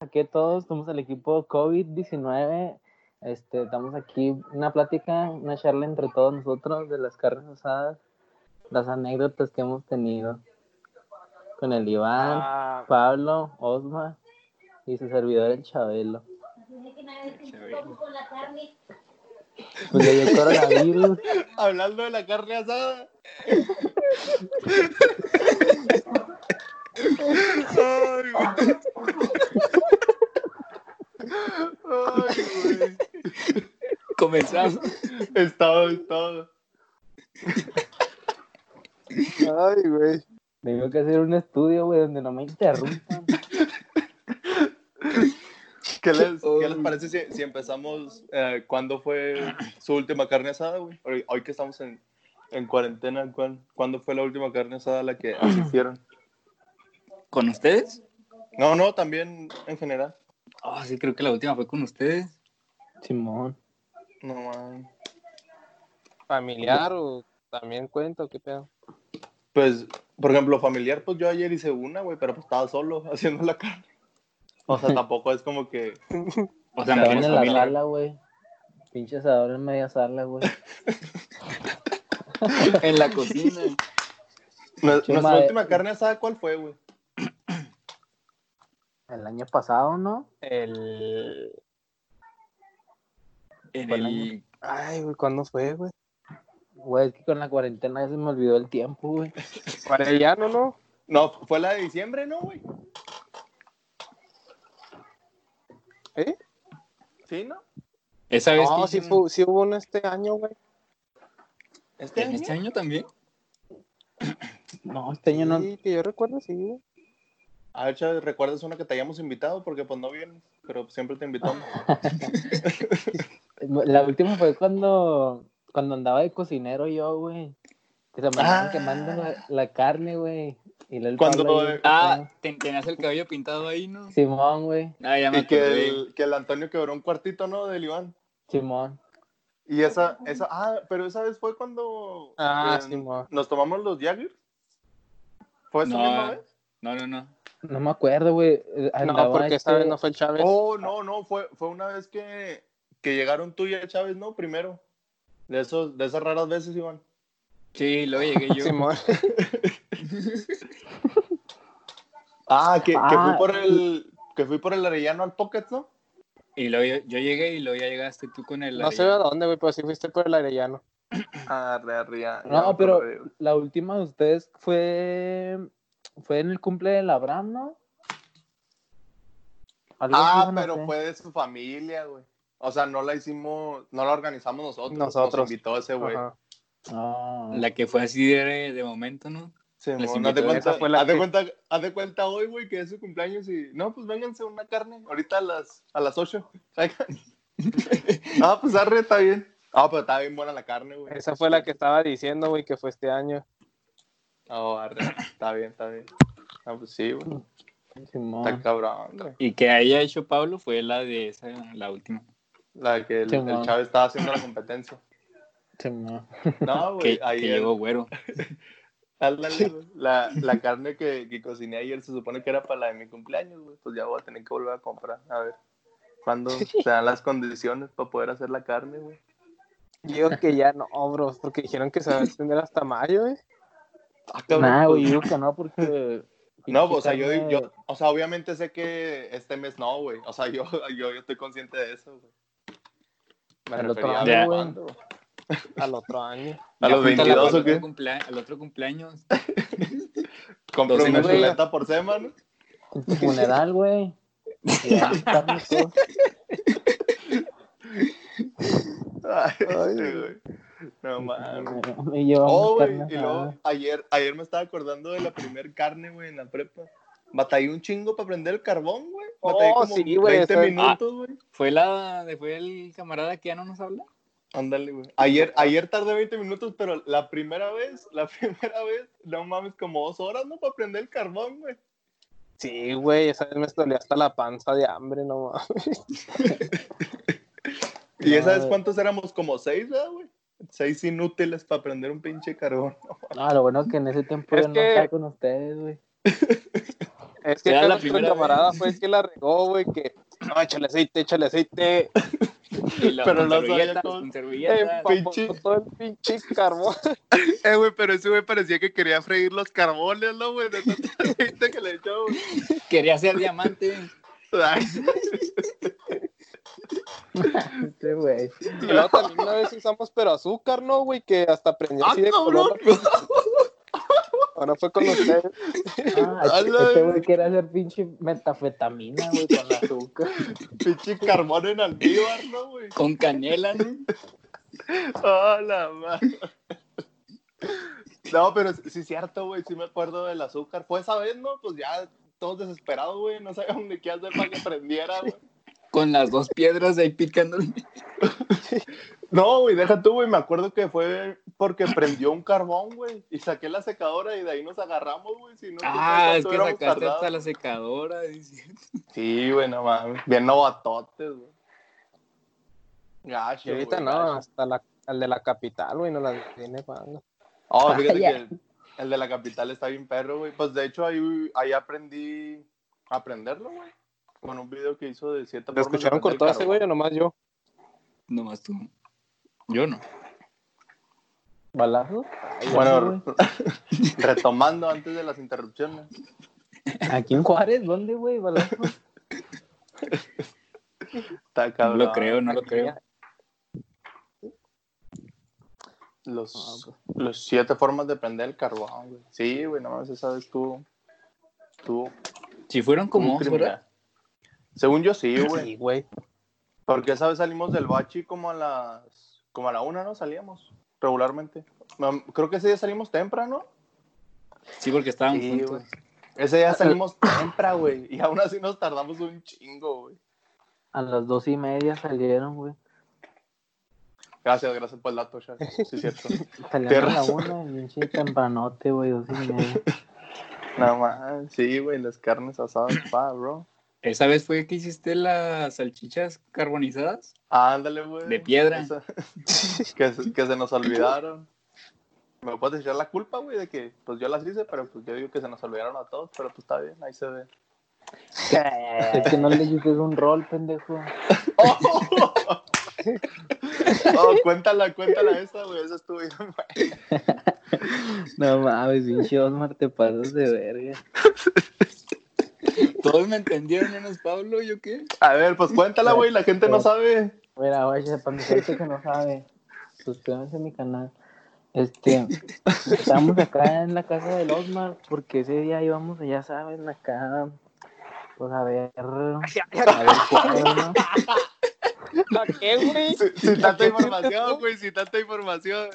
aquí todos, somos el equipo COVID-19. Este, estamos aquí, una plática, una charla entre todos nosotros de las carnes usadas, las anécdotas que hemos tenido con el Iván, Ah, Pablo, Osma y su servidor el Chabelo. Pues le dio coronavirus. hablando de la carne asada. Ay, güey. Ay, güey. Comenzamos. Es todo, es todo. Ay, güey. Tengo que hacer un estudio, güey, donde no me interrumpan. ¿Qué les, qué les parece si, si empezamos? eh, ¿Cuándo fue su última carne asada, güey? Hoy, hoy que estamos en, en cuarentena, ¿cuán- ¿cuándo fue la última carne asada a la que asistieron? ¿Con ustedes? No, no, también en general. Ah, sí, creo que la última fue con ustedes. Simón. No, man. ¿Familiar o también cuento? ¿Qué pedo? Pues, por ejemplo, familiar, pues yo ayer hice una, güey, pero pues estaba solo haciendo la carne. O sea, tampoco es como que... O sea, Estaban me Pues en la familia. sala, güey. Pinche asador en media sala, güey. En la cocina. Nue- Qué Nuestra madre. última carne asada, ¿cuál fue, güey? El año pasado, ¿no? El. En Fue el el... Ay, güey, ¿cuándo fue, güey? Güey, es que con la cuarentena ya se me olvidó el tiempo, güey. Para allá, no, no. No, fue la de diciembre, ¿no, güey? ¿Eh? ¿Sí, no? Esa vez No, que sí, hicimos- fu- sí hubo uno este año, güey. ¿Este ¿En año? este año también? No, este año no. Sí, que yo recuerdo, sí, güey. A ver, Chávez, Ah, ¿recuerdas una que te hayamos invitado? Porque pues no vienes, pero siempre te invitamos. La última fue cuando, cuando andaba de cocinero yo, güey. Que se me andaban Ah. quemando la, la carne, güey. Y luego el Cuando- Pablo ahí, Ah, ten- tenías el cabello pintado ahí, ¿no? Simón, güey. Ah, ya me y que acordé. el, que el Antonio quebró un cuartito, ¿no? Del Iván. Simón. Y esa, esa, ah, pero esa vez fue cuando Ah, eh, sí, mo. nos tomamos los Jaggers. ¿Fue esa No, misma eh. vez? No, no, no. No me acuerdo, güey. Eh, andaba No, porque esta este- vez no fue el Chávez. Oh, no, no, fue, fue una vez que, que llegaron tú y el Chávez, ¿no? Primero. De, esos, de esas raras veces, Iván. Sí, luego llegué yo. Simón. Ah, que, que Ah. fui por el que fui por el Arellano al Pocket, ¿no? Y luego yo, yo llegué y luego ya llegaste tú con el... No sé a dónde, güey, pero sí fuiste por el Arellano. Ah, arriba. No, pero la última de ustedes fue. Fue en el cumple de Abraham, ¿no? Algo así Ah, iban a pero hacer. fue de su familia, güey. O sea, no la hicimos, no la organizamos nosotros. Nosotros. Nos invitó ese güey. Ajá. Ah. La que fue así de, de momento, ¿no? Sí, Les mon, haz de invitó. cuenta, Esa fue la haz de que- cuenta, haz de cuenta hoy, güey, que es su cumpleaños y no, pues vénganse una carne ahorita a las a las 8. ah, pues arre, está bien. Ah, pero está bien buena la carne, güey. Esa fue la que estaba diciendo, güey, que fue este año. No, Oh, arre, está bien, está bien. Ah, pues sí, güey. Simón. Ah. Está cabrón, güey. Y que haya hecho Pablo fue la de esa, la última. La que el, Sí, el mon. Chávez estaba haciendo la competencia. Simón. No, Que, güey, que ahí llegó güero. Ándale, güey. la, la carne que, que cociné ayer se supone que era para la de mi cumpleaños, güey. Pues ya voy a tener que volver a comprar. A ver, cuando se dan las condiciones para poder hacer la carne, güey. Digo que ya no, bro, porque dijeron que se va a extender hasta mayo, güey. Ah, cabrón, Nah, güey, pues, yo digo que no, porque. No, pues, o sea, yo, Pinche yo, o sea, obviamente sé que este mes no, güey. O sea, yo, yo, yo estoy consciente de eso, güey. Me Al otro refería a año, ver güey. cuándo, güey. Al otro año. ¿A Ya los apunta la 22 o al otro qué? cumplea- al otro cumpleaños. Compro Doce una meses. chuleta por semana. En tu funeral, güey. Ya, carne, todo. Ay, este, Ay, güey. No mames. Me llevamos Oh, güey, carne y luego asada. ayer, ayer me estaba acordando de la primer carne, güey, en la prepa. Batallé un chingo para prender el carbón, güey. ah. Batallé Oh, como sí, güey, 20 eso- minutos, güey. ¿Fue la de- fue el camarada que ya no nos habla? Ándale, güey. Ayer, ayer tardé 20 minutos, pero la primera vez, la primera vez, no mames, como dos horas, ¿no? Para prender el carbón, güey. Sí, güey, esa vez me dolía hasta la panza de hambre, no mames. Y No, esa vez, güey. ¿cuántos éramos? Como seis, ¿verdad, güey? Seis inútiles para prender un pinche carbón. No, lo bueno que en ese tiempo Es yo no que- estaba con ustedes, güey. Es que Era acá la nuestro primera camarada fue el que la regó, güey, que no, échale aceite, échale aceite. Y la- Pero con no sabía servilletas, cómo- con servilletas. Empapó pinche- todo el pinche carbón. Eh, güey, pero ese güey parecía que quería freír los carbones, ¿no, güey? De tanta aceite que le echó, güey. Quería ser diamante. Ay, Este güey. Y luego también una vez usamos, pero azúcar, ¿no, güey? Que hasta prendió ¡Ah, así de cabrón! color. Ahora fue con ustedes. Ah, A este la este vez. güey quiere hacer pinche metafetamina, güey, con la azúcar. Pinche carbón en almíbar, ¿no, güey? Con canela, ¿no? ¡Ah, la madre! No, pero sí es cierto, güey, sí me acuerdo del azúcar. Fue esa vez, ¿no? Pues ya todos desesperados, güey, no sabíamos ni qué hacer para que prendiera, güey. Con las dos piedras ahí picándole. No, güey, deja tú, güey, me acuerdo que fue porque prendió un carbón, güey, y saqué la secadora y de ahí nos agarramos, güey, si no... quién sabe Ah, es cuánto que hubiéramos sacaste tardado. hasta la secadora. dice. Sí, güey, no mames, bien novatotes, güey. Gacho, Y ahorita güey, no, gacho. hasta la, al de la capital, güey, no la tiene pagando. Oh, fíjate ya. que el, el de la capital está bien perro, güey. Pues de hecho ahí, ahí aprendí a aprenderlo, güey. Con un video que hizo de cierta ¿Lo escucharon cortado ese güey o nomás yo? Nomás tú. Yo no. ¿Balazo? Bueno, retomando antes de las interrupciones. ¿Aquí en Juárez? ¿Dónde, güey? ¿Balazo? Está No cabrón. lo creo, no lo creo. Los, los siete formas de prender el carbón, güey. Sí, güey, no mames, esa vez tú. Tú. Si fueron como dos horas. Según yo sí, güey. Sí, güey. Porque esa vez salimos del bachi como a las. Como a la una, ¿no? Salíamos regularmente. Mm, Creo que ese día salimos temprano. Sí, porque estaban Sí, juntos. güey. Ese Ah, día eh. salimos temprano, güey. Y aún así nos tardamos un chingo, güey. A las dos y media salieron, güey. Gracias, gracias por el dato, Shaq. Sí, es cierto. Salieron a la una y un chingo tempranote, güey, dos y media. Nada más. Sí, güey, las carnes asadas, pa, bro. ¿Esa vez fue que hiciste las salchichas carbonizadas? Ándale, güey. De piedra. Esa- que, se- que se nos olvidaron. Me puedes echar la culpa, güey, de que pues yo las hice, pero pues yo digo que se nos olvidaron a todos, pero pues está bien, ahí se ve. Es que no le dijiste un rol, pendejo. ¡Oh! Oh, cuéntala, cuéntala esa, güey, esa estuvo bien, güey. No mames, pinche Osmar, te pasas de verga. Todos me entendieron, menos Pablo, ¿yo qué? A ver, pues cuéntala, güey, la gente no sabe. Mira, oye, para mi gente que no sabe, suscríbanse a mi canal. Este, estamos acá en la casa del Osmar, porque ese día íbamos, ya saben, acá, pues a ver, a ver cuál, ¿no? ¿La qué, güey? Sin sin tanta información, güey, sin tanta información.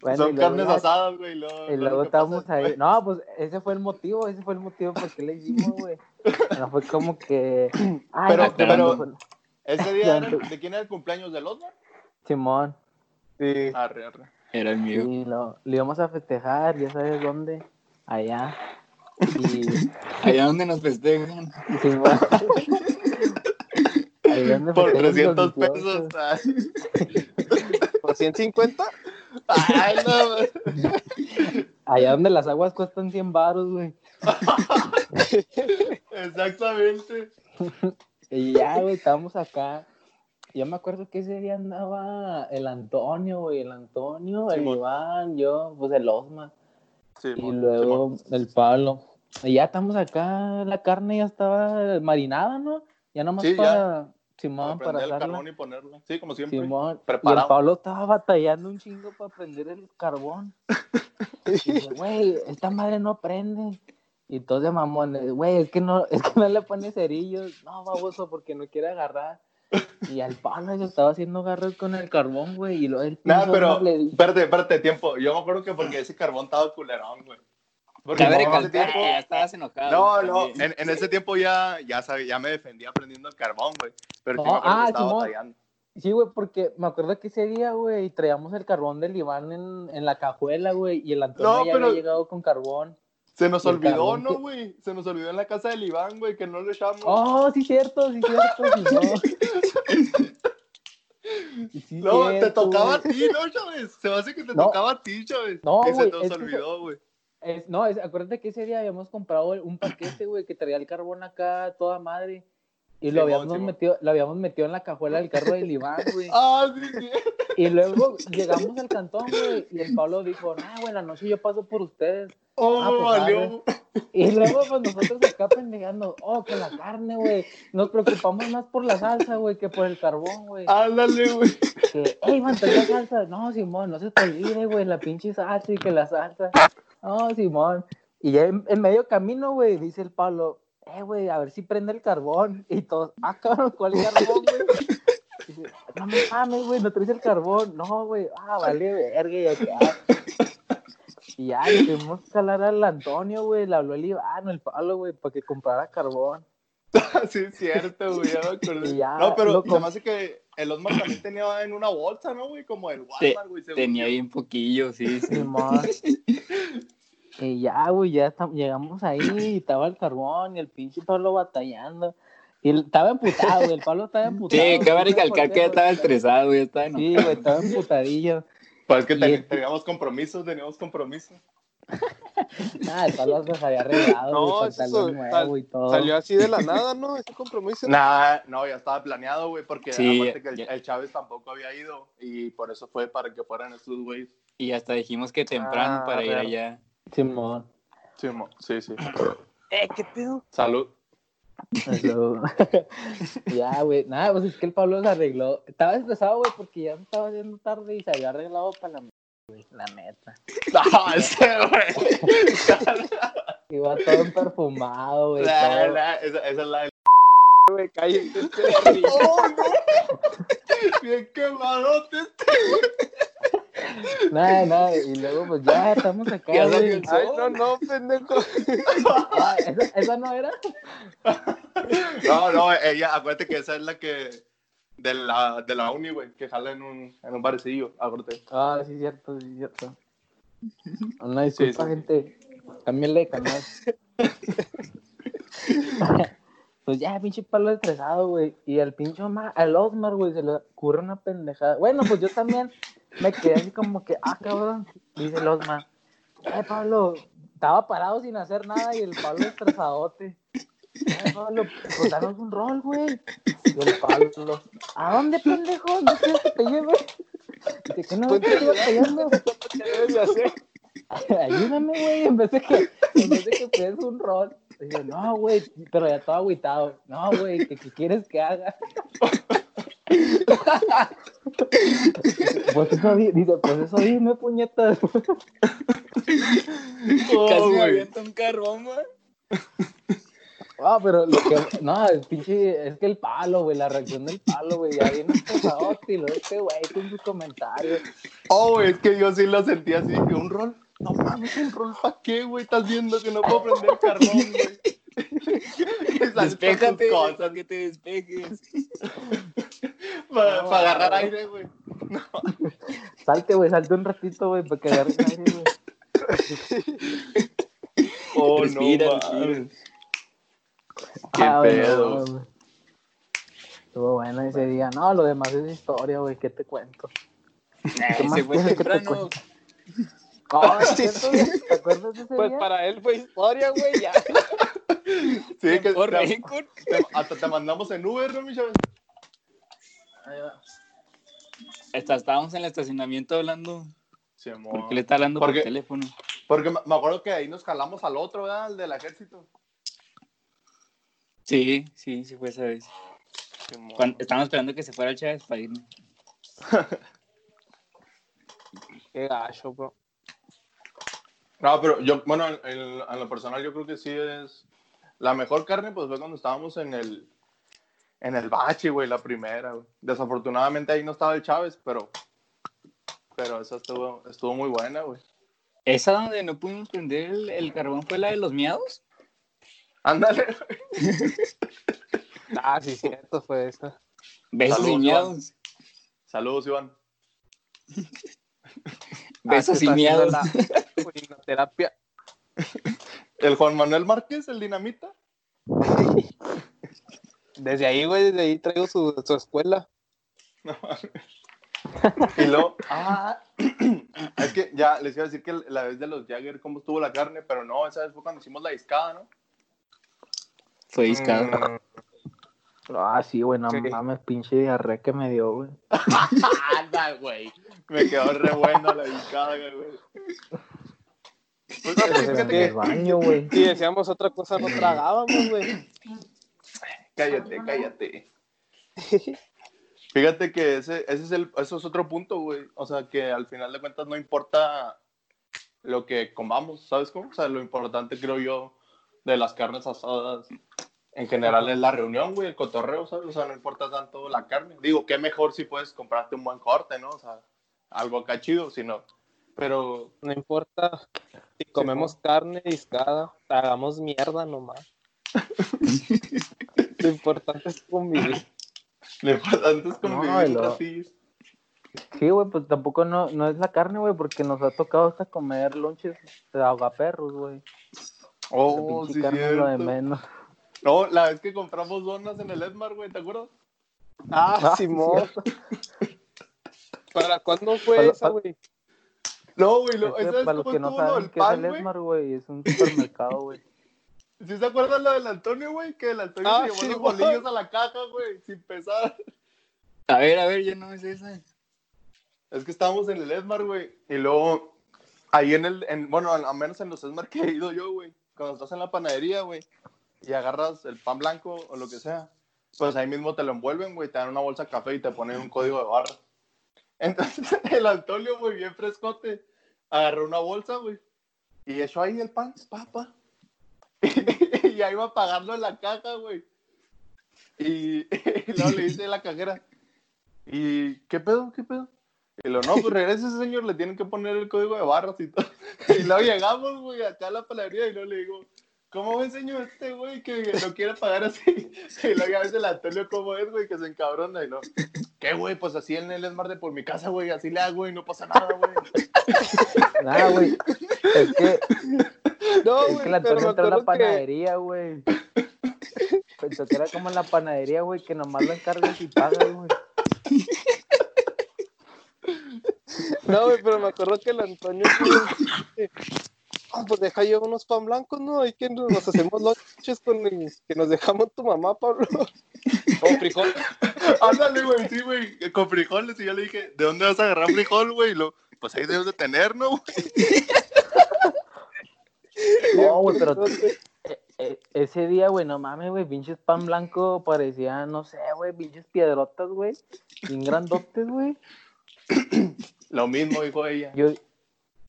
Bueno, y luego Son carnes ya- asadas, güey. Y luego estábamos ahí. No, pues ese fue el motivo, ese fue el motivo por qué le hicimos, güey. No fue como que. Ay, Pero- no, cuando pero- fue- Ese Ya día, era- ent- ¿de quién era el cumpleaños del Osmar? Simón, Sí. Arre, arre. Era el mío. y lo, le íbamos a festejar, ya sabes dónde, allá. Y Allá donde nos festejan. Simón. Ahí donde Por festejan 300 los pesos. dioses. Ay, ¿Por 150? ah, ay, no. Allá donde las aguas cuestan 100 baros, güey. Exactamente. Y ya, güey, estábamos acá. Yo me acuerdo que ese día andaba el Antonio, güey, el Antonio, el Simón. Iván, yo, pues el Osma. Sí, Y luego el Pablo. Y ya estamos acá, la carne ya estaba marinada, ¿no? Ya nomás Sí, ya. para para Simón, para, prender el hacerla. carbón y ponerlo. Sí, como siempre. Simón. Y el Preparado. Pablo estaba batallando un chingo para prender el carbón. Y dice, güey, esta madre no prende. Y todos de mamones, güey, es que no, es que no le pone cerillos. No, baboso, porque no quiere agarrar. Y al Pablo se estaba haciendo garros con el carbón, güey. Y luego el Nada, pinche pero. Osmar le dijo, Espérate, espérate, tiempo. Yo me acuerdo que porque ese carbón estaba culerón, güey. Porque Cabe como hace recalcar que tiempo- ya estabas enojado. No, no, también. en, en ese tiempo ya, ya, sabía, ya me defendía aprendiendo el carbón, güey. Pero sí No, me acuerdo ah, que estaba Simón. batallando. Sí, güey, porque me acuerdo que ese día, güey, traíamos el carbón del Iván en, en la cajuela, güey, y el Antonio No, ya pero- había llegado con carbón. Se nos Y el olvidó, carbón ¿no, que- güey? Se nos olvidó en la casa del Iván, güey, que no le echamos. Oh, sí, cierto, sí, cierto, sí, no. Sí, no, te cierto, tocaba a güey. ti, ¿no, Chávez? Se me hace que te No. tocaba a ti, Chávez. No, que se güey, nos es que se- olvidó, güey. Es- no, es- acuérdate que ese día habíamos comprado un paquete, güey, que traía el carbón acá, a toda madre. Y lo, Simón, habíamos Simón. metido, lo habíamos metido en la cajuela del carro del Iván, güey. Ah, sí, sí. Y luego llegamos al cantón, güey, y el Pablo dijo, ah, güey, en la noche yo paso por ustedes. Oh, Ah, pues, valió. Y luego pues nosotros acá pendejando, oh, que la carne, güey. Nos preocupamos más por la salsa, güey, que por el carbón, güey. Ándale, güey. Que, hey, man, traía salsa. No, Simón, no se te olvide, güey, la pinche salsa y que la salsa. No, Simón. Y ya en, en medio camino, güey, dice el Pablo, eh, güey, a ver si prende el carbón. Y todos, ah, cabrón, ¿cuál carbón, güey? Dice, No me mames, güey, no traes el carbón. No, güey, ah, vale, verga, y acá. Y ya, le tuvimos que hablar al Antonio, güey, le habló el Iván, el Pablo, güey, para que comprara carbón. Sí, es cierto, güey, ya me acordé. Y ya, no, pero loco. se me hace que el Osmar también tenía en una bolsa, ¿no, güey? Como el Walmart, güey. según Tenía yo. bien poquillo, sí, sí. Simón. Y ya, güey, ya estam- llegamos ahí y estaba el carbón y el pinche Pablo batallando. Y el- estaba emputado, güey, el Pablo estaba emputado. Sí, cabe no sé recalcar por qué, que ya güey. estaba estresado, güey, estaba enojado. Sí, güey, estaba emputadillo. Pues es que Y ten- este- teníamos compromisos, teníamos compromisos. Ah, el Pablo se había arreglado, No, güey, eso pantalón sal- nuevo y todo. Salió así de la nada, ¿no? Ese compromiso. Nah, no, ya estaba planeado, güey, porque Sí, aparte que el, ya- el Chávez tampoco había ido y por eso fue para que fueran estos güeyes. Y hasta dijimos que temprano Ah, para ir ver. allá. Simón. Sí, mo- sí, sí. Eh, ¿qué pedo? Salud. Luego- ya, güey. Nada, pues es que el Pablo se arregló. Estaba estresado, güey, porque ya se estaba haciendo tarde y se había arreglado para la m- güey, la neta. No, ese güey. Iba todo perfumado, güey. La- todo. la- esa, esa es la del... Güey, cállate. este ¡Oh, no! Bien quemadote. Nada, nada, y luego pues ya estamos acá. Ya güey. salió el Ay, no, no, pendejo. Ah, ¿esa, esa no era? No, no, ella, acuérdate que esa es la que... De la, de la uni, güey, que jala en un, en un barecillo, acuérdate. Ah, sí, cierto, sí, cierto. Una disculpa, sí. gente. Cambiarle de canal. pues ya, pinche palo estresado, güey. Y al pinche Omar, al Osmar, güey, se le ocurre una pendejada. Bueno, pues yo también me quedé así como que, ah, cabrón. Dice el Osmar, eh, Pablo, estaba parado sin hacer nada y el Pablo estresadote. Eh, Pablo, pues danos un rol, güey. Y el Pablo, ¿a dónde, pendejo? ¿No quieres que te lleve? Dice, ¿qué no? Ponte a Estoy batallando. ¿Qué debes de hacer? Ayúdame, güey, en vez de que, en vez de que pides un rol. Y yo, no, güey, pero ya todo agüitado. No, güey, ¿qué, qué quieres que haga? pues eso di- dice, pues eso dime, puñetas. Casi me Oh, güey. avienta un carbón, güey. Ah, pero lo que, no, el pinche, es que el palo, güey, la reacción del palo, güey, ya viene pesadote y luego este güey con sus comentarios. Oh, güey, es que yo sí lo sentí así, que un rol. No mames, un rol pa' qué, güey. Estás viendo que no puedo prender el carbón, güey. Y sales con tus Despéjate, güey, cosas para que te despejes. para No, agarrar güey. aire, güey. Salte, güey, salte un ratito, güey, para quedar aire, güey. Oh, Respira, no, respira. mames. Ah, Qué güey, no, pedo. güey. Estuvo bueno ese día. No, lo demás es historia, güey. ¿Qué te cuento? Nah, más se fue quieres que te temprano. Ah, ¿te, acuerdas, ¿Te acuerdas de ese Pues día? para él fue historia, güey, ya. Sí, que Por te- récord. te- hasta te mandamos en Uber, ¿no, mi chaval? Hasta estábamos en el estacionamiento hablando. Sí, ¿Por qué le está hablando por, Porque- teléfono? Porque me me acuerdo que ahí nos jalamos al otro, ¿verdad? Al del ejército. Sí, sí, sí fue esa vez. Sí, mo. Cuando, estábamos esperando que se fuera el Chávez para irnos. Qué gacho, bro. No, pero yo, bueno, en, en- en lo personal yo creo que sí es... La mejor carne pues fue cuando estábamos en el, en el bache, güey, la primera, güey. Desafortunadamente ahí no estaba el Chávez, pero... Pero esa estuvo, estuvo muy buena, güey. ¿Esa donde no pudimos prender el, el carbón fue la de los miados? Ándale. Ah, sí, cierto, fue Ah, esa. Besos Saludos, y miados. Ah, Saludos, Iván. Besos Ah, y que está haciendo miados. La urinoterapia. El Juan Manuel Márquez, el dinamita. Desde ahí, güey, desde ahí traigo su, su escuela. Y luego, ah, es que ya les iba a decir que la vez de los Jagger, cómo estuvo la carne, pero no, esa vez fue cuando hicimos la discada, ¿no? Fue discada. Mm. Ah, sí, güey, no Sí. Pues mames, pinche diarrea que me dio, güey. Anda, güey. Me quedó re buena la discada, güey. Pues, Pues fíjate En que- el baño, güey. Si decíamos otra cosa, no tragábamos, güey. Cállate, cállate. Fíjate que ese, ese es el, eso es otro punto, güey. O sea, que al final de cuentas no importa lo que comamos, ¿sabes cómo? O sea, lo importante, creo yo, de las carnes asadas en general es la reunión, güey, el cotorreo, ¿sabes? O sea, no importa tanto la carne. Digo, qué mejor si puedes comprarte un buen corte, ¿no? O sea, algo acá chido, si no. Pero No importa si comemos carne discada, hagamos mierda nomás. Lo importante es convivir. lo importante es No, y convivir lo- así. Sí, güey, pues tampoco no, no es la carne, güey, porque nos ha tocado hasta comer lonches de ahogaperros, güey. La Oh, sí, pinche carne es lo de cierto. menos. No, la vez que compramos donas en el Edmar, güey, ¿te acuerdas? Ah, Ah, Simón. ¿Para cuándo fue Para- esa, güey? No, güey, lo, Es que esa es Este, para los como que no estuvo lo saben del qué es pan, el güey. Esmar, güey, es un supermercado, güey. ¿Sí se acuerdan lo del Antonio, güey? Que el Antonio Ah, se llevó sí, los güey. bolillos a la caja, güey, sin pesar. A ver, a ver, ya no es esa. Es que estábamos en el Edmar, güey. Y luego, ahí en el, en, bueno, al al menos en los Edmar que he ido yo, güey. Cuando estás en la panadería, güey, y agarras el pan blanco o lo que sea, pues ahí mismo te lo envuelven, güey, te dan una bolsa de café y te ponen un código de barra. Entonces, el Antonio, güey, bien frescote, agarró una bolsa, güey, y echó ahí el pan, papa. y ahí va pagando en la caja, güey. Y, y luego le dice la cajera, ¿y qué pedo, qué pedo? Y lo no, pues regrese señor, le tienen que poner el código de barras y todo. Y luego llegamos, güey, acá a la panadería y luego le digo, ¿cómo ve, señor, este güey que no quiere pagar así? Y luego ya ves el Antonio cómo es, güey, que se encabrona y no. ¿Qué, güey? Pues así en el Smart de por mi casa, güey, así le hago y no pasa nada, güey. Nada, güey. Es que, No, es güey, que la pero Antonio entró me a acuerdo la que... panadería, güey. Pensó que era como en la panadería, güey, que nomás lo encargas y pagas, güey. No, güey, pero me acuerdo que el Antonio... güey, Ah, pues deja yo unos pan blancos, ¿no? Y que nos, nos hacemos lonches con el que nos dejamos tu mamá, Pablo. O frijoles. Ándale, güey, sí, güey, con frijoles. Y yo le dije, ¿de dónde vas a agarrar frijol, güey? Y lo, pues ahí debes de tener, ¿no, güey? No, güey, pero Entonces, e- e- ese día, güey, no mames, güey, pinches pan blanco parecía, no sé, güey, pinches piedrotas, güey. Bien grandotes, güey. Lo mismo dijo ella. Yo,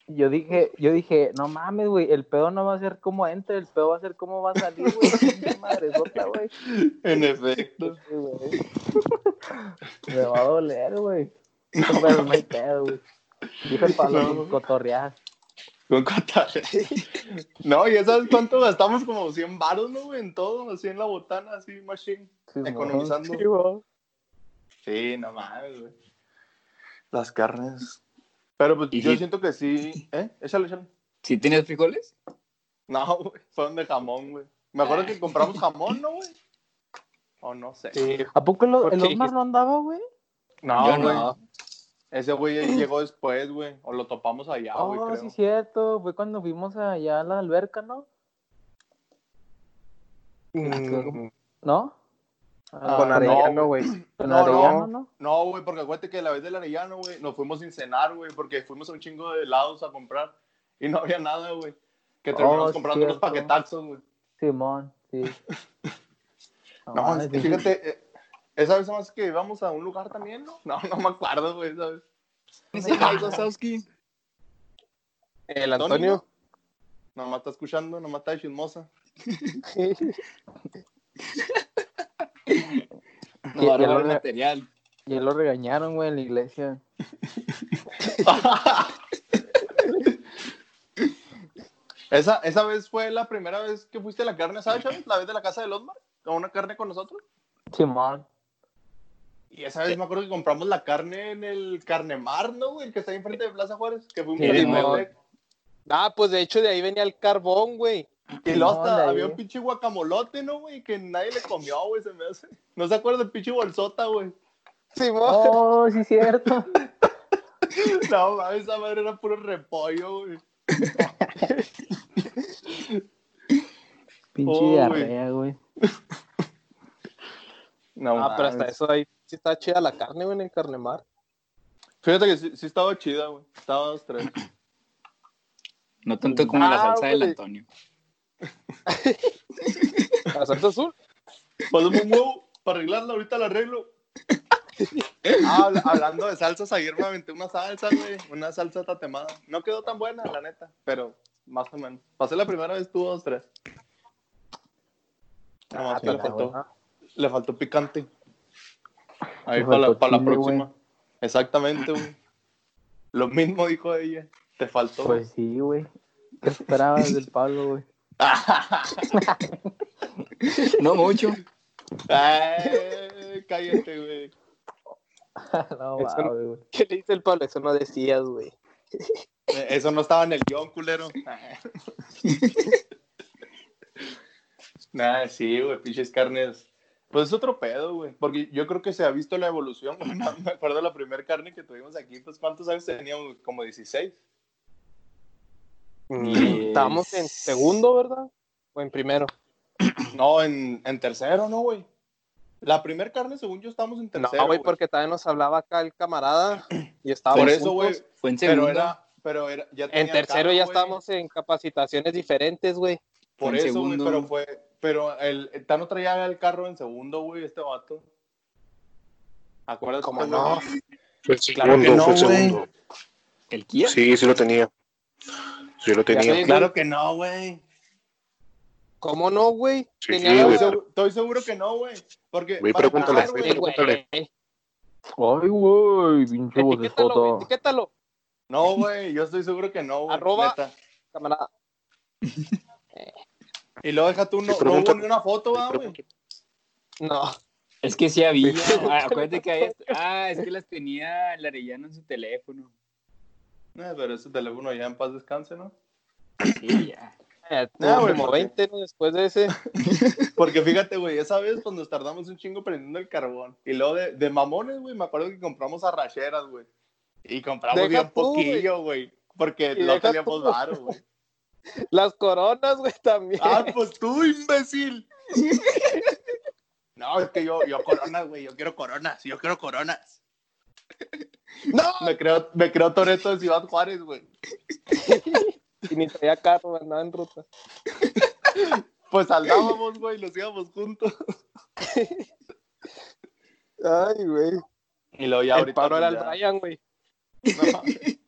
yo dije, yo dije, no mames, güey, el pedo no va a ser como entra, el pedo va a ser como va a salir, güey. Pinche madresota, güey. En efecto. Sí, güey. Me va a doler, güey. Pero no hay pedo, güey. Dije para No. los cotorrear. Con cuánta- No, y ¿sabes cuánto gastamos? Como 100 baros, ¿no, güey? En todo, así en la botana, así, machine. Sí, mo. Economizando. sí, güey. Sí, no mames, güey. Las carnes. Pero pues Y yo sí. siento que sí. ¿Eh? Échale, échale. ¿Sí tenías frijoles? No, güey. Fueron de jamón, güey. Me acuerdo que compramos jamón, ¿no, güey? O no sé. Sí, ¿A poco lo- ¿Por el qué Omar no andaba, güey? No, Yo güey. no. Ese güey llegó después, güey. O lo topamos allá, Ah, güey, oh, creo. sí, cierto. Fue cuando fuimos allá a la alberca, ¿no? Mm, ¿No? Ah, Con por ahí. Arellano, güey. Con No, Arellano, no. ¿no? No, güey, porque acuérdate que la vez del Arellano, güey, nos fuimos sin cenar, güey, porque fuimos a un chingo de helados a comprar y no había nada, güey. Que Oh, terminamos sí, comprando unos cierto. paquetazos, güey. Simón, sí. No, mames, es que pinche- fíjate, eh, esa vez más que íbamos a un lugar también, ¿no? No, no me acuerdo, güey, esa vez. Ese algo, Sawski. El Antonio. Nomás está escuchando, nomás está de chismosa. Ya- No, ya ahora lo el re- material. Ya lo regañaron, güey, en la iglesia. esa, esa vez fue la primera vez que fuiste a la carne asada, Chávez, la vez de la casa de Osmar, a una carne con nosotros. Simón. Y esa vez me acuerdo que compramos la carne en el Carnemar, ¿no, güey? El que está ahí enfrente de Plaza Juárez, que fue un Sí, no. carne. Ah, pues de hecho de ahí venía el carbón, güey. Y luego No, hasta la había un idea. pinche guacamolote, ¿no, güey? Que nadie le comió, güey, se me hace. No se acuerda del pinche bolsota, güey. Simón. Oh, sí, cierto. No, mames, esa madre era puro repollo, güey. Pinche Oh, diarrea, güey. No, ah, pero hasta mames. eso ahí sí está chida la carne, güey, en el carnemar. Fíjate que sí, sí estaba chida, güey. Estaba dos, tres. No tanto como la Ah, salsa del güey. Antonio. La salsa azul. Pásame Pues, un huevo para arreglarla, ahorita la arreglo. Ah, habla- hablando de salsas, ayer me aventé una salsa, güey. Una salsa tatemada. No quedó tan buena, la neta, pero más o menos. Pasé la primera vez, tuvo dos, tres. No, más Ah, que le está faltó, buena. le faltó picante. Ahí Le para la, faltó para la chile, próxima. Exactamente, güey. Lo mismo dijo ella. Te faltó. Pues sí, güey. ¿Qué esperabas del Pablo, güey? No mucho. Ay, cállate, güey. no, Eso mames, güey. ¿Qué le dice el Pablo? Eso no decías, güey. Eh, Eso no estaba en el guión, culero. Nada, sí, güey, pinches carnes. Pues es otro pedo, güey. Porque yo creo que se ha visto la evolución. güey. No me acuerdo la primera carne que tuvimos aquí, pues ¿cuántos años teníamos? güey? Como 16. Yes. Estábamos en segundo, ¿verdad? O en primero. No, en, en tercero, ¿no, güey? La primera carne, según yo, estamos en tercero. no, güey, güey. porque también nos hablaba acá el camarada y estábamos Por eso, juntos. güey. Fue en segundo. Pero era, pero era, ya En tenía tercero carro, ya güey. estábamos en capacitaciones diferentes, güey. Por En eso, güey, segundo. pero fue. Pero el el Tano traía el carro en segundo, güey, este vato. Acuérdate, ¿Cómo güey? no? Fue Claro segundo, que no, fue güey. segundo. ¿El Kia? Sí, sí lo tenía. Sí lo Ya tenía. sé, claro que no, güey. ¿Cómo no, güey? Sí, Tenía Estoy güey, la- pero- segu- Estoy seguro que no, güey. Porque. Güey, para pregúntale, empezar, güey, Sí, güey, güey. pregúntale. Ay, güey, pinche Etiquétalo, vocesota. etiquétalo, No, güey, yo estoy seguro que no, güey. Arroba- neta. camarada. Y luego deja tú, no, Sí, no hubo pregúntale. ni una foto, va, güey. No, Es que sí había. Ah, acuérdate que había. Ah, es que las tenía el Arellano en su teléfono. No, Eh, pero ese teléfono ya en paz descanse, ¿no? Sí, ya. eh, tuvo Ah, güey, como ¿por qué? 20 ¿no? después de ese. Porque fíjate, güey, esa vez pues nos tardamos un chingo prendiendo el carbón. Y luego de, de mamones, güey, me acuerdo que compramos arracheras, güey. Y compramos Deja bien tú, poquillo, güey. Porque Y no deja teníamos tú. varo, güey. Las coronas, güey, también. Ah, pues tú, imbécil. No, es que yo, yo coronas, güey. Yo quiero coronas. Yo quiero coronas. no, Me creo, me creo Toreto de Ciudad Juárez, güey. y ni traía carro, andaba en ruta. Pues andábamos, güey, los íbamos juntos. Ay, güey. Y luego ya El ahorita. Pablo pues, era el ya- Brian, güey. no mames.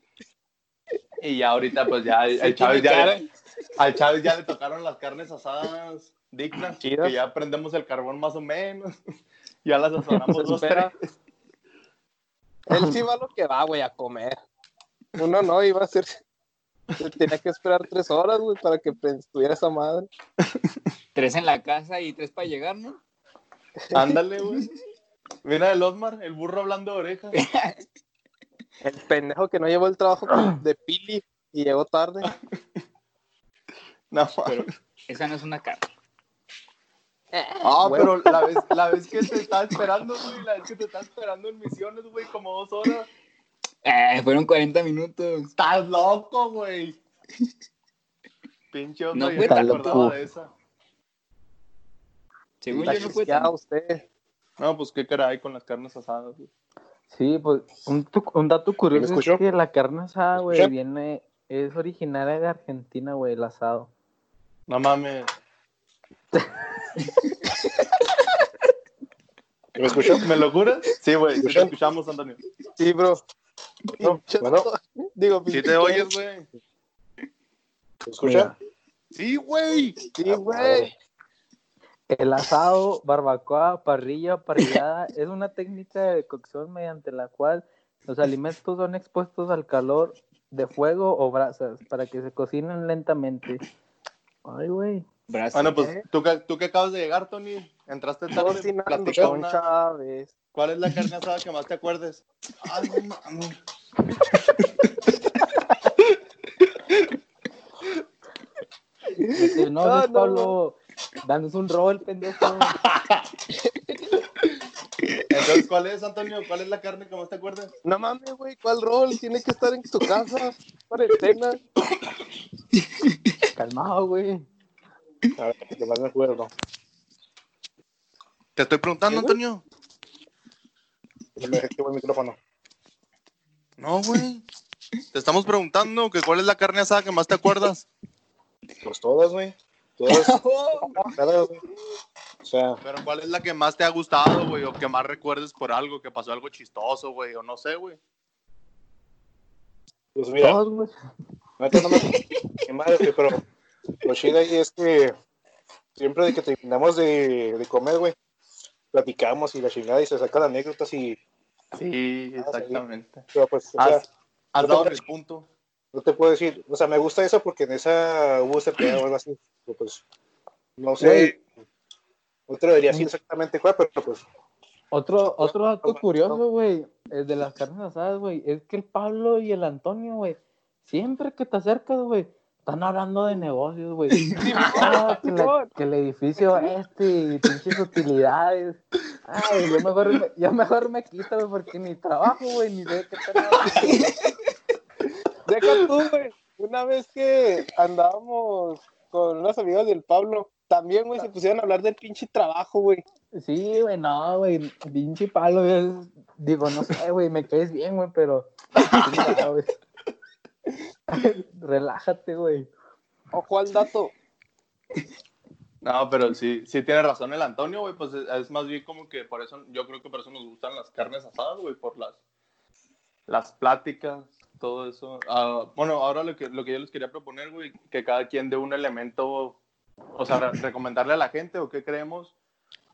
y ya ahorita, pues ya al Tiene Chávez ya, cara. le- al Chávez ya le tocaron las carnes asadas dignas. Chidas. Que ya prendemos el carbón más o menos. Ya las sazonamos Se dos, supera. tres. Pues Él sí va a lo que va, güey, a comer. Uno no iba a ser. se Tenía que esperar tres horas, güey, para que pre- estuviera esa madre. Tres en la casa y tres para llegar, ¿no? Ándale, güey. Mira el Osmar, el burro hablando de orejas. El pendejo que no llevó el trabajo de Pili y llegó tarde. No, mames. Esa no es una carne. Ah, Bueno. pero la vez, la vez que te estaba esperando, güey, la vez que te estaba esperando en misiones, güey, como dos horas. Eh, fueron 40 minutos. Estás loco, güey. Pinche onda, No yo fue no me tan acordaba loco. de esa. Según Está yo no fue chisqueado tan... usted. No, pues qué caray con las carnes asadas, güey. Sí, pues un, tu- un dato curioso es escuchó? que la carne asada, güey, escuchó? viene, es originaria de Argentina, güey, el asado. No mames. ¿Me escuchó? ¿Me lo juras? Sí, güey, sí te ¿Escuchó? escuchamos, Antonio. Sí, bro. No, Pinche- bueno. Digo, Sí pinche- te oyes, güey. ¿Me escucha? Sí, güey. Sí, Ah, güey. El asado, barbacoa, parrilla, parrillada, es una técnica de cocción mediante la cual los alimentos son expuestos al calor de fuego o brasas para que se cocinen lentamente. Ay, güey. Brazo. Bueno, pues tú que, tú que acabas de llegar, Tony, entraste tarde, Cocinando platica con una. Chávez. ¿Cuál es la carne asada que más te acuerdes? Ay, no mames. Este, No, No, Ah, no, es no, Pablo, danos un rol, pendejo. Entonces, ¿Cuál es, Antonio? ¿Cuál es la carne que más te acuerdas? No mames, güey, ¿cuál rol? Tiene que estar en tu casa, cuarentena. Calmado, güey. A ver, que más me acuerdo. Te estoy preguntando, Antonio. Yo le dejé el micrófono. No, güey. Te estamos preguntando que cuál es la carne asada que más te acuerdas. Pues todas, güey. Todas. Nada, güey. O sea, Pero cuál es la que más te ha gustado, güey, o que más recuerdes por algo, que pasó algo chistoso, güey, o no sé, güey. pues mira. Todos, güey. Neta, no me qué madre, güey, pero lo chido ahí es que siempre de que terminamos de, de comer, güey, platicamos y la chingada y se sacan anécdotas y, Ah, Sí, exactamente. pero pues, o sea, Has, has dado en el punto. no te puedo decir, o sea, me gusta eso porque en esa hubo ese pedo o algo así, pero pues, no sé, no te lo diría así exactamente cuál, pero pues, Otro, otro dato curioso, güey, eh, de las carnes asadas, güey, es que el Pablo y el Antonio, güey, siempre que te acercas, güey, están hablando de negocios, güey. Ah, que, la- que el edificio este y pinches utilidades. Ay, yo mejor me, yo mejor me quito, güey, porque ni trabajo, güey, ni sé qué tal. Deja tú, güey. Una vez que andábamos con unas amigas del Pablo, también, güey, se pusieron a hablar del pinche trabajo, güey. Sí, güey, no, güey, pinche Pablo, güey, digo, no sé, güey, me caes bien, güey, pero... Chinga, güey. Relájate, güey. Ojo al dato. No, pero sí, sí tiene razón el Antonio, güey, pues es, es más bien como que por eso, yo creo que por eso nos gustan las carnes asadas, güey, por las, las pláticas, todo eso. Ah, bueno, ahora lo que, lo que yo les quería proponer, güey, que cada quien dé un elemento, o sea, re- recomendarle a la gente o qué creemos,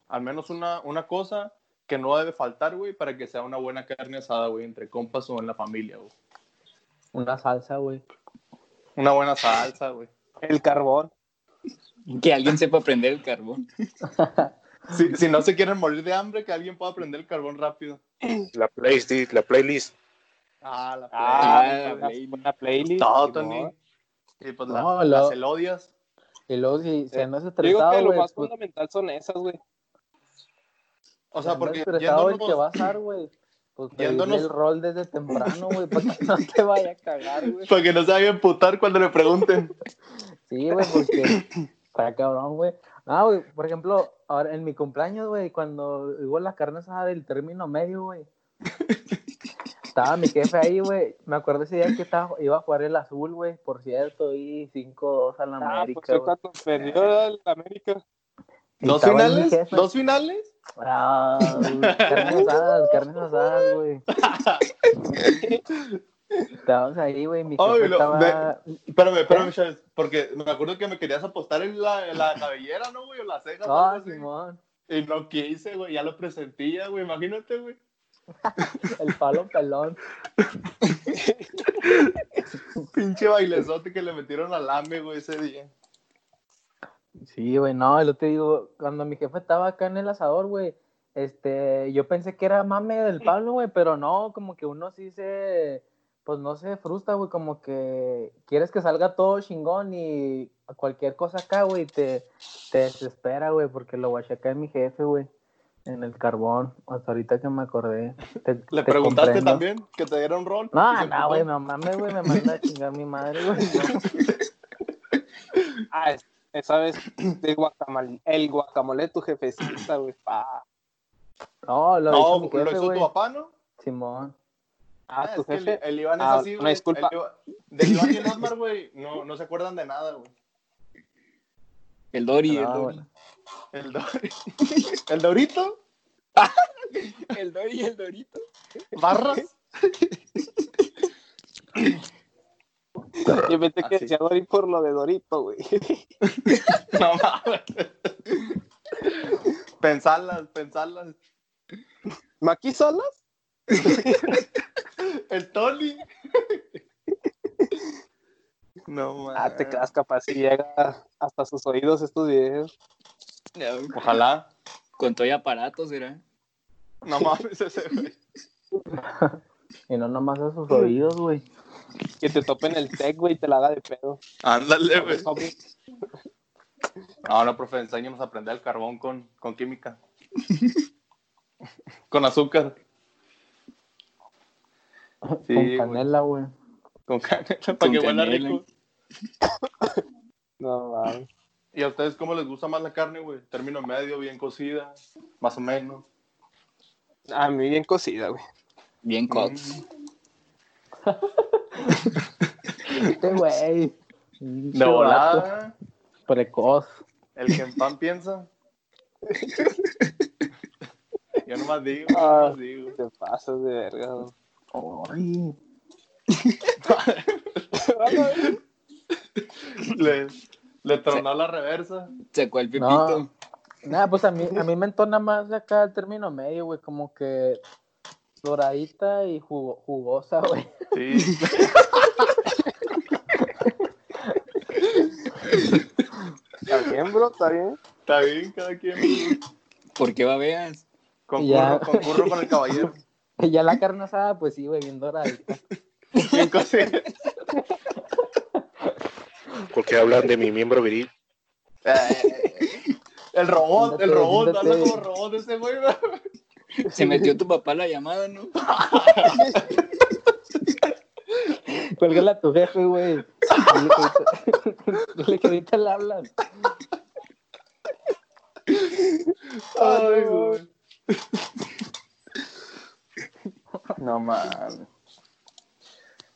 al menos una, una cosa que no debe faltar, güey, para que sea una buena carne asada, güey, entre compas o en la familia, güey. Una salsa, güey. Una buena salsa, güey. El carbón. pues- Que alguien sepa prender el carbón. Si, si no se quieren morir de hambre, que alguien pueda prender el carbón rápido. la, playlist, la playlist, Ah, la Ah, playa, la güey. playlist. Una playlist. No, Simón. Tony. Y pues la- No, las lo- elodias. Y luego si se andas Eh, Digo que estresado, lo güey, más pues, fundamental son esas, güey. O si pues, sea, andas porque estresado el que va a yéndonos, asar, güey. Pues Yéndonos- pedirle el rol desde temprano, güey, para que no te vaya a cagar, güey. para que no se vayan a emputar cuando le pregunten. Sí, güey, porque para cabrón, güey. Ah, güey, por ejemplo, ahora en mi cumpleaños, güey, cuando hubo la carne asada del término medio, güey. Estaba mi jefe ahí, güey. Me acuerdo ese día que estaba, iba a jugar el azul, güey, por cierto, y 5-2 a la Ah, pues América, fue güey. cuando perdió el América. Y ¿Dos estaba ahí mi finales? jefe. ¿Dos finales? Ah, güey, carnes asadas, carnes asadas, güey. Estábamos ahí, güey, mi jefe Ay, lo- estaba... Espérame, ¿Eh? espérame, Charles, porque me acuerdo que me querías apostar en la, en la cabellera, ¿no, güey? O la ceja. o Ah, algo así. Simón, y no quise, güey. Ya lo presentía, güey. Imagínate, güey. el palo pelón. Pinche bailezote que le metieron al AME, güey, ese día. Sí, güey, no, yo te digo, cuando mi jefe estaba acá en el asador, güey, este, yo pensé que era mame del Pablo, güey, pero no, como que uno sí se, pues no se frustra, güey, como que quieres que salga todo chingón y cualquier cosa acá, güey, te, te desespera, güey, porque lo guachaca en mi jefe, güey, en el carbón, hasta ahorita que me acordé. te- ¿Le te preguntaste comprendo. también que te diera un rol? Y No, se no, emputó. güey, no mames, güey, me manda a chingar mi madre, güey. no. Ah, es- esa vez de guacamole, el guacamole tu jefecita, güey. pa. Ah, No, lo hizo No, mi lo jefe, hizo tu güey. papá, ¿no? Simón. Ah, Ah, tu es que el- jefe. El Iván es Ah, así, una güey. disculpa. El Iván- Del Iván y el Osmar, güey, no, no se acuerdan de nada, güey. El Dori, Ah, el No, Dori. güey. El, Dori- el Dorito, El Dori y el Dorito. barras. Yo pensé que Así. decía Dori por lo de Dorito, güey. No mames. Pensarlas, pensarlas. ¿Maki Salas? El Tony. No mames. Ah, te quedas capaz si llega hasta sus oídos estos videos. Ojalá. Con todo y aparatos, ¿será? No mames ese, güey. Y no nomás a sus oídos, güey. Que te topen el tech, güey, y te la haga de pedo. Ándale, güey. Hombre, Ahora, profe, enséñanos a aprender el carbón con, con química. Con azúcar. Sí, con güey. canela, güey. Con canela, para Con que huela canela. rico. No mames. ¿Y a ustedes cómo les gusta más la carne, güey? Término medio, bien cocida, más o menos. A mí bien cocida, güey. Bien Mm. cots. Este güey. De volada, Precoz. el que en pan piensa. Yo nomás digo, yo Ah. nomás digo. Te pasas de verga, güey. Ay. Le, le tronó la reversa. Sacó No. el pepito. Nada, pues a mí, a mí me entona más acá el término medio, güey, como que doradita y jugo- jugosa, güey. Sí. Está bien, bro, está bien. Está bien, cada quien. ¿Por qué babeas? Ya. Concurro, concurro con el caballero. Y ya la carne asada, pues sí, güey, bien doradita. Bien cocida. Porque hablan de mi miembro viril. Eh, El robot, el robot, Siéntate, habla como siéntate. robot ese güey, ¿verdad? Se metió tu papá a la llamada, ¿no? Cuélgala a tu jefe, güey. Dile que ahorita- Dile que ahorita le hablas. Ay, güey. No mames.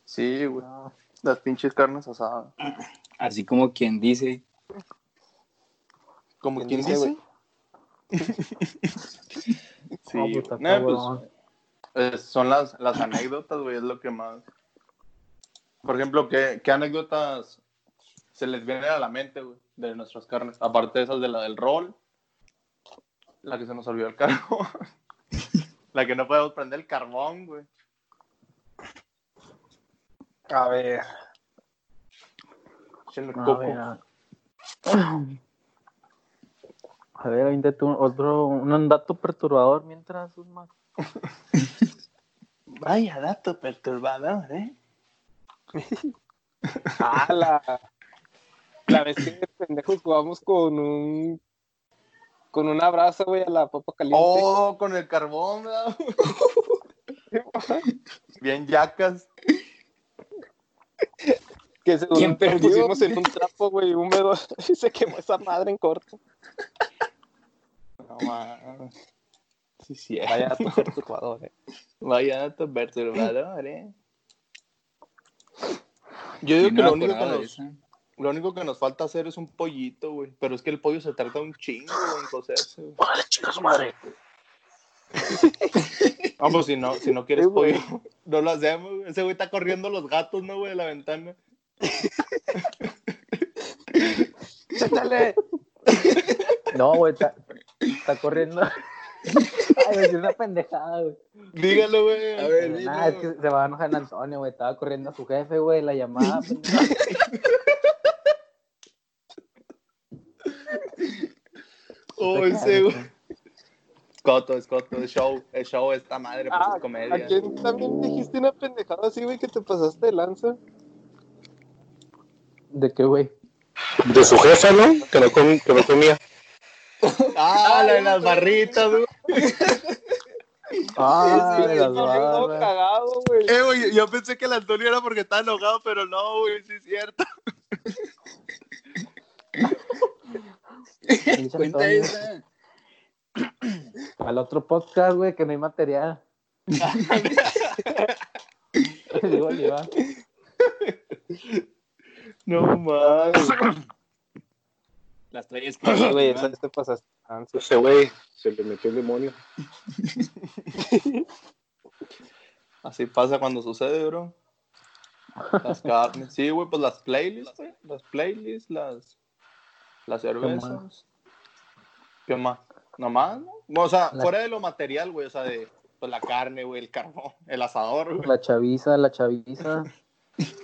Sí, güey. Las pinches carnes asadas. Así como quien dice. Como ¿Quién dice, güey? Sí, No, güey. puta, Nah, pues, cabrón. eh, son las, las anécdotas, güey, es lo que más. Por ejemplo, ¿qué, qué anécdotas se les vienen a la mente, güey, de nuestras carnes? Aparte de esas de la del rol, la que se nos olvidó el carbón, la que no podemos prender el carbón, güey. A ver. Échenle A coco. ver, a- A ver, ahorita tú otro, un dato perturbador mientras, Usma. Vaya dato perturbador, ¿eh? Ah, la, la vez que pendejos jugamos con un con una brasa, güey, a la papa caliente. Oh, con el carbón, ¿verdad? Bien yacas. que se ¿quién lo perdió? pusimos en un trapo, güey, húmedo. Y se quemó esa madre en corto. No mames. Sí, sí. Vaya dato perturbador, eh. Vaya dato perturbador, ¿eh? Yo Yo digo que lo único que nos, Lo único que nos falta hacer es un pollito, güey. Pero es que el pollo se tarda un chingo güey, en cocerse, güey. ¡Órale, chicos, madre! Vamos, si no, si no quieres Sí, güey. pollo, no lo hacemos. güey. Ese güey está corriendo los gatos, ¿no, güey? De la ventana. ¡Chétale! No, güey, está, está corriendo. Ay, es una pendejada, güey. Dígalo, güey. A ver, dilo. Nah, es que se va a enojar Antonio, güey. Estaba corriendo a su jefe, güey, la llamada. pendejo. Oh, ese, güey. Coto, es coto, es show. Es show esta madre, pues Ah, es ¿A comedia. quién también dijiste una pendejada así, güey, que te pasaste de lanza? ¿De qué, güey? De su jefa, ¿no? Que no, com- que no comía. Ah, la de las barritas, güey. Ah, Sí, las güey, todo barras. cagado, güey. Eh, güey, yo pensé que el Antonio era porque estaba enojado, pero no, güey, sí es cierto. Pinche Cuenta Antonio. esa. Al otro podcast, güey, que no hay material. Digo, lleva. No mames. Las traías que. Sí, güey, esa vez te pasaste de lanza. Pues, Ese güey se le metió el demonio. Así pasa cuando sucede, bro. Las carnes. Sí, güey, pues las playlists, güey. Las playlists, las, las cervezas. ¿Qué más? Nomás, ¿no? No, O sea, La- fuera de lo material, güey. O sea, de pues, la carne, güey, el carbón, el asador, güey. pues, La chaviza, la chaviza.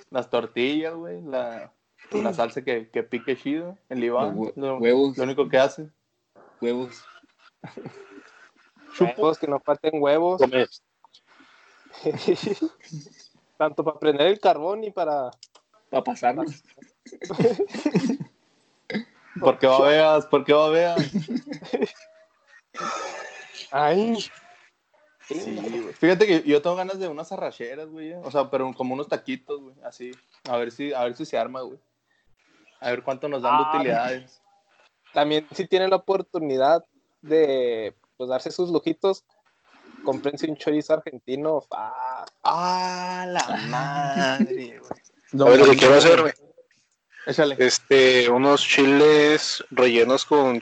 Las tortillas, güey. La, la salsa que, que pique chido. El Los Iván. hue- Lo, huevos, lo único que hace. huevos. Huevos, que no falten huevos. Come. Tanto para prender el carbón y para... Para pasarlos. Porque babeas, porque babeas. ¡Ay! Sí, güey. Fíjate que yo tengo ganas de unas arracheras, güey. O sea, pero como unos taquitos, güey. Así. A ver si, a ver si se arma, güey. A ver cuánto nos dan de utilidades. También si tienen la oportunidad de pues, darse sus lujitos, comprense un chorizo argentino. Ah, ¡Ah, la madre, güey! A ver, lo que quiero hacer, güey. Échale. Este, unos chiles rellenos con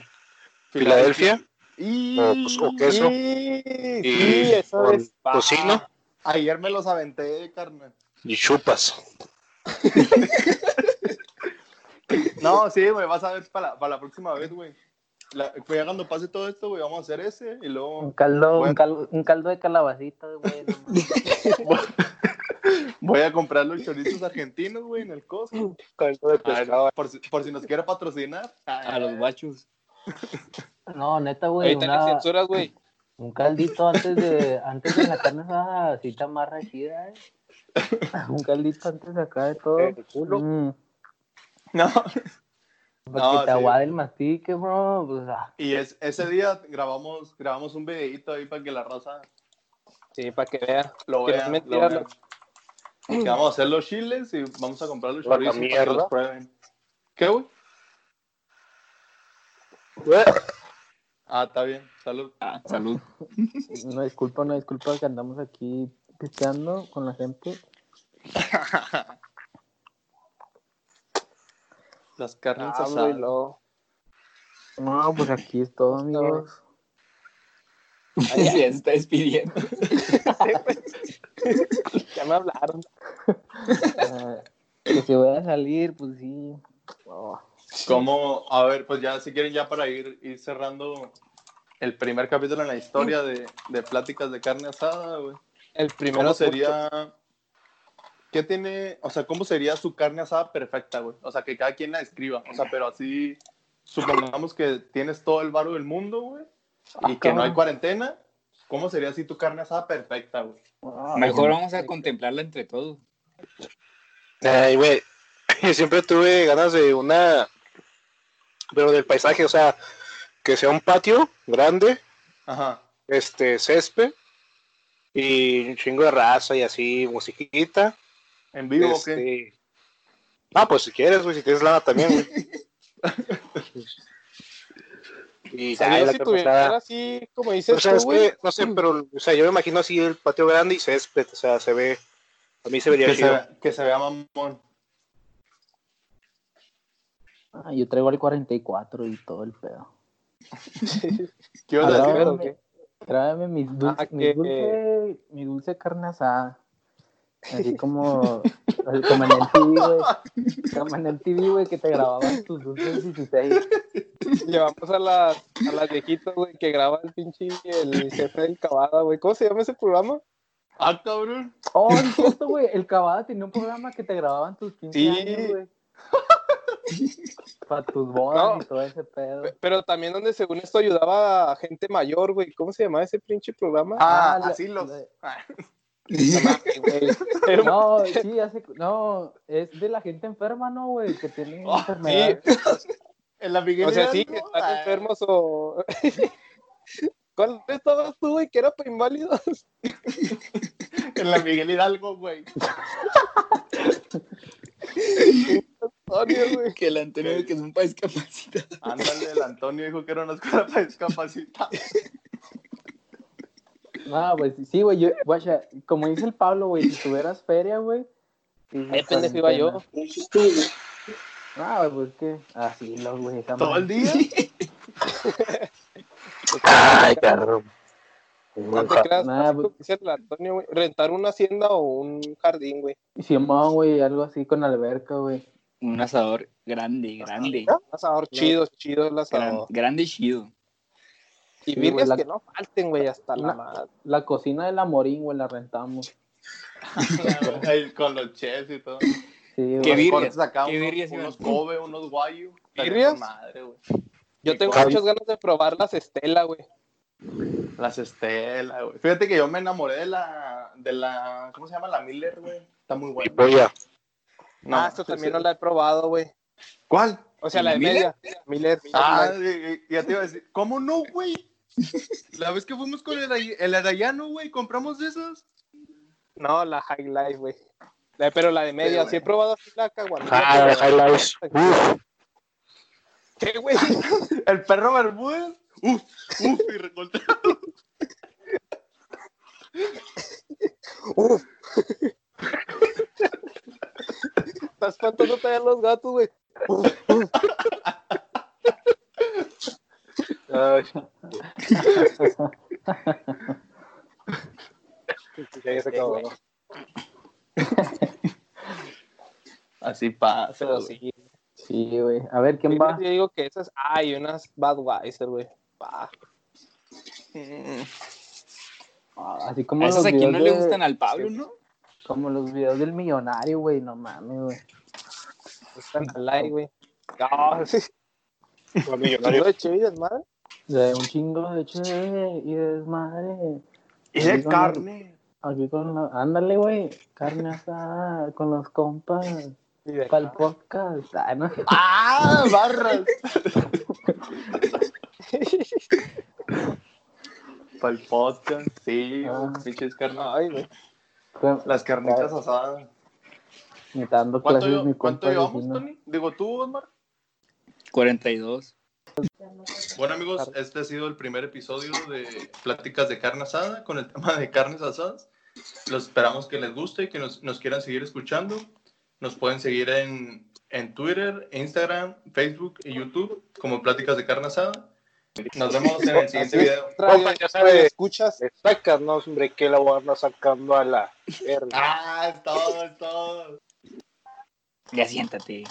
Filadelfia. Y... O, pues, o queso. Sí, Y sí, eso con es. Ah, tocino Ayer me los aventé, carnal. y chupas. No, sí, güey, vas a ver para la, para la próxima vez, güey. La- pues ya cuando pase todo esto, güey, vamos a hacer ese y Un luego caldo, Bueno. un caldo, un caldo de calabacita, güey. no mames. voy a comprar los chorizos argentinos, güey, en el Costco. Caldo de A ver, pescado. por, si, por si nos quiere patrocinar. A los guachos. No, neta, güey. Ahorita Una, ni censuras, güey. un caldito antes de, antes de la carne asada, así chamarra chida, eh. Un caldito antes de acá de todo. Eh, El culo. Mm, No. para No, Pues que te sí. aguade el mastique, bro. Pues, ah, Y es, ese día grabamos, grabamos un videito ahí para que la raza Sí, para que vea. lo Que no vea. es mentira, lo vea. Que vamos a hacer los chiles y vamos a comprar los La chorizos para que mierda. los prueben. ¿Qué, güey? Ah, está bien. Salud. Ah, salud. no disculpa, no disculpa que andamos aquí pisteando con la gente. Las carnes Ah, güey, asadas. no. No, pues aquí es todo, amigos. Ahí se está despidiendo. Ya me hablaron. Eh, que si voy a salir, pues sí. Oh, ¿Cómo? A ver, pues ya, si quieren, ya para ir, ir cerrando el primer capítulo en la historia de, de Pláticas de Carne Asada, güey. El primero ¿Cómo sería? ¿Qué tiene? O sea, ¿cómo sería su carne asada perfecta, güey? O sea, que cada quien la escriba. O sea, pero así, supongamos que tienes todo el barro del mundo, güey, Ah, y que no hay cuarentena. ¿Cómo sería así tu carne asada perfecta, güey? Ah, Mejor vamos a contemplarla entre todos. Ay, güey. Siempre tuve ganas de una. Pero del paisaje, o sea, que sea un patio grande, Ajá. este, césped, y un chingo de raza y así, musiquita. En vivo, ¿o ¿qué? este... Ah, pues si quieres, güey, si tienes lana también, güey. y O sea, ya, yo la si carne tuviera asada. así, como dices O Pues, sea, tú, es güey. que, no sé, pero, o sea, yo me imagino así el patio grande y césped, o sea, se ve, a mí se vería Que se, chido. vea- que se vea mamón. ah, yo traigo el 44 y todo el pedo. ¿Qué ibas Al a decir? lado- ¿o qué? Tráeme mis dulce, Ah, mis que- dulce, mi dulce carne asada. Así como, como en el TV, güey. Como en el TV, güey, que te grababan tus dulces 16. Llevamos a las, a las viejitas, güey, que graba el pinche el jefe del Cavada, güey. ¿Cómo se llama ese programa? Ah, cabrón. Oh, no es cierto, güey. El Cavada tenía un programa que te grababan tus 15 Sí. años, güey. Para tus bodas No. y todo ese pedo. Pe- Pero también donde según esto ayudaba a gente mayor, güey. ¿Cómo se llamaba ese pinche programa? Ah, la- así los. la- Era- No, sí, hace, no, es de la gente enferma, ¿no, güey? Que tiene Oh, enfermedad. En la O sea, Miguelera, sí, que ¿no? están Ah. enfermos o... ¿Cuál estabas tú, güey, que era para inválidos? En la Miguel Hidalgo, güey. Antonio, güey. Que el Antonio, que es un país capacitado. Ándale, el Antonio dijo que era una escuela para discapacitados. No, pues sí, güey, yo, guacha, como dice el Pablo, güey, si tuvieras feria, güey. Ay, pendejo, iba yo. Ah, güey, pues que, así los güey, esa Todo madre. el día. Ay, cabrón. No te creas, Nada, así como pues. dice el Antonio, güey. Rentar una hacienda o un jardín, güey. Simón, güey, algo así con alberca, güey. Un asador grande, grande. ¿Ah? Asador chido, chido el gran- asador. grande y chido. Y Sí, güey, virgas la- que no falten, güey, hasta la La- madre. La cocina de la Morín, güey, la rentamos. Ahí con los chefs y todo. Sí, Qué güey. virgas, Cortes acá qué unos, virgas, Iván. unos Kobe, unos guayu. ¿Virgas? Con Madre, güey. Yo tengo Javi. muchas ganas de probar las Estela, güey. Las Estela, güey. Fíjate que yo me enamoré de la, de la, ¿cómo se llama? La Miller, güey. Está muy buena. Oiga, No, ah, esta también sí, no la he probado, güey. ¿Cuál? O sea, la de ¿Miller? media. Miller. Ah, y- y- ya te iba a decir, ¿cómo no, güey? La vez que fuimos con el, Aray- el Arayano, güey, compramos de esas. No, la High Life, güey. La- Pero la de media, Sí, sí he probado así la caguamita. Ah, de highlights. Uf. ¿Qué, güey? El perro Bermúdez. Uf, uf, y recorté. Uf. Estás espantando todavía los gatos, güey. Ay. Ya, ya se acabó. ¿no? Así pasa, Pero güey. sí. Sí, güey. A ver, ¿quién va? Yo digo que esas. Hay unas Budweiser, güey. Pa. Ah, Así como A esas los aquí no videos le de- gustan al Pablo, ¿no? Como los videos del millonario, güey. No mames, güey. Están al aire, güey. No, sí. Los millonarios. ¿Lo chidas, madre? De un chingo de che y desmadre. Y Ahí de con- carne. Aquí con la... Ándale, güey. Carne asada con los compas. Y de- Para el podcast. Ah, no. ¡Ah! ¡Barras! Para el podcast, sí, Ah. güey, pinches carnes. Ay, güey. Pero Las carnitas asadas. Me está dando ¿Cuánto, clases lle- mi cuánto compa. llevamos, vecino. Tony? Digo tú, Osmar. 42. Bueno, amigos, este ha sido el primer episodio de Pláticas de Carne Asada con el tema de carnes asadas. Los esperamos que les guste y que nos, nos quieran seguir escuchando. Nos pueden seguir en, en Twitter, Instagram, Facebook y YouTube como Pláticas de Carne Asada. Nos vemos en el siguiente video. Radio, Compa, ya radio, sabes. escuchas. Sacas, no, hombre, que la voy a andar sacando a la R. Ah, es todo, es todo. Ya siéntate.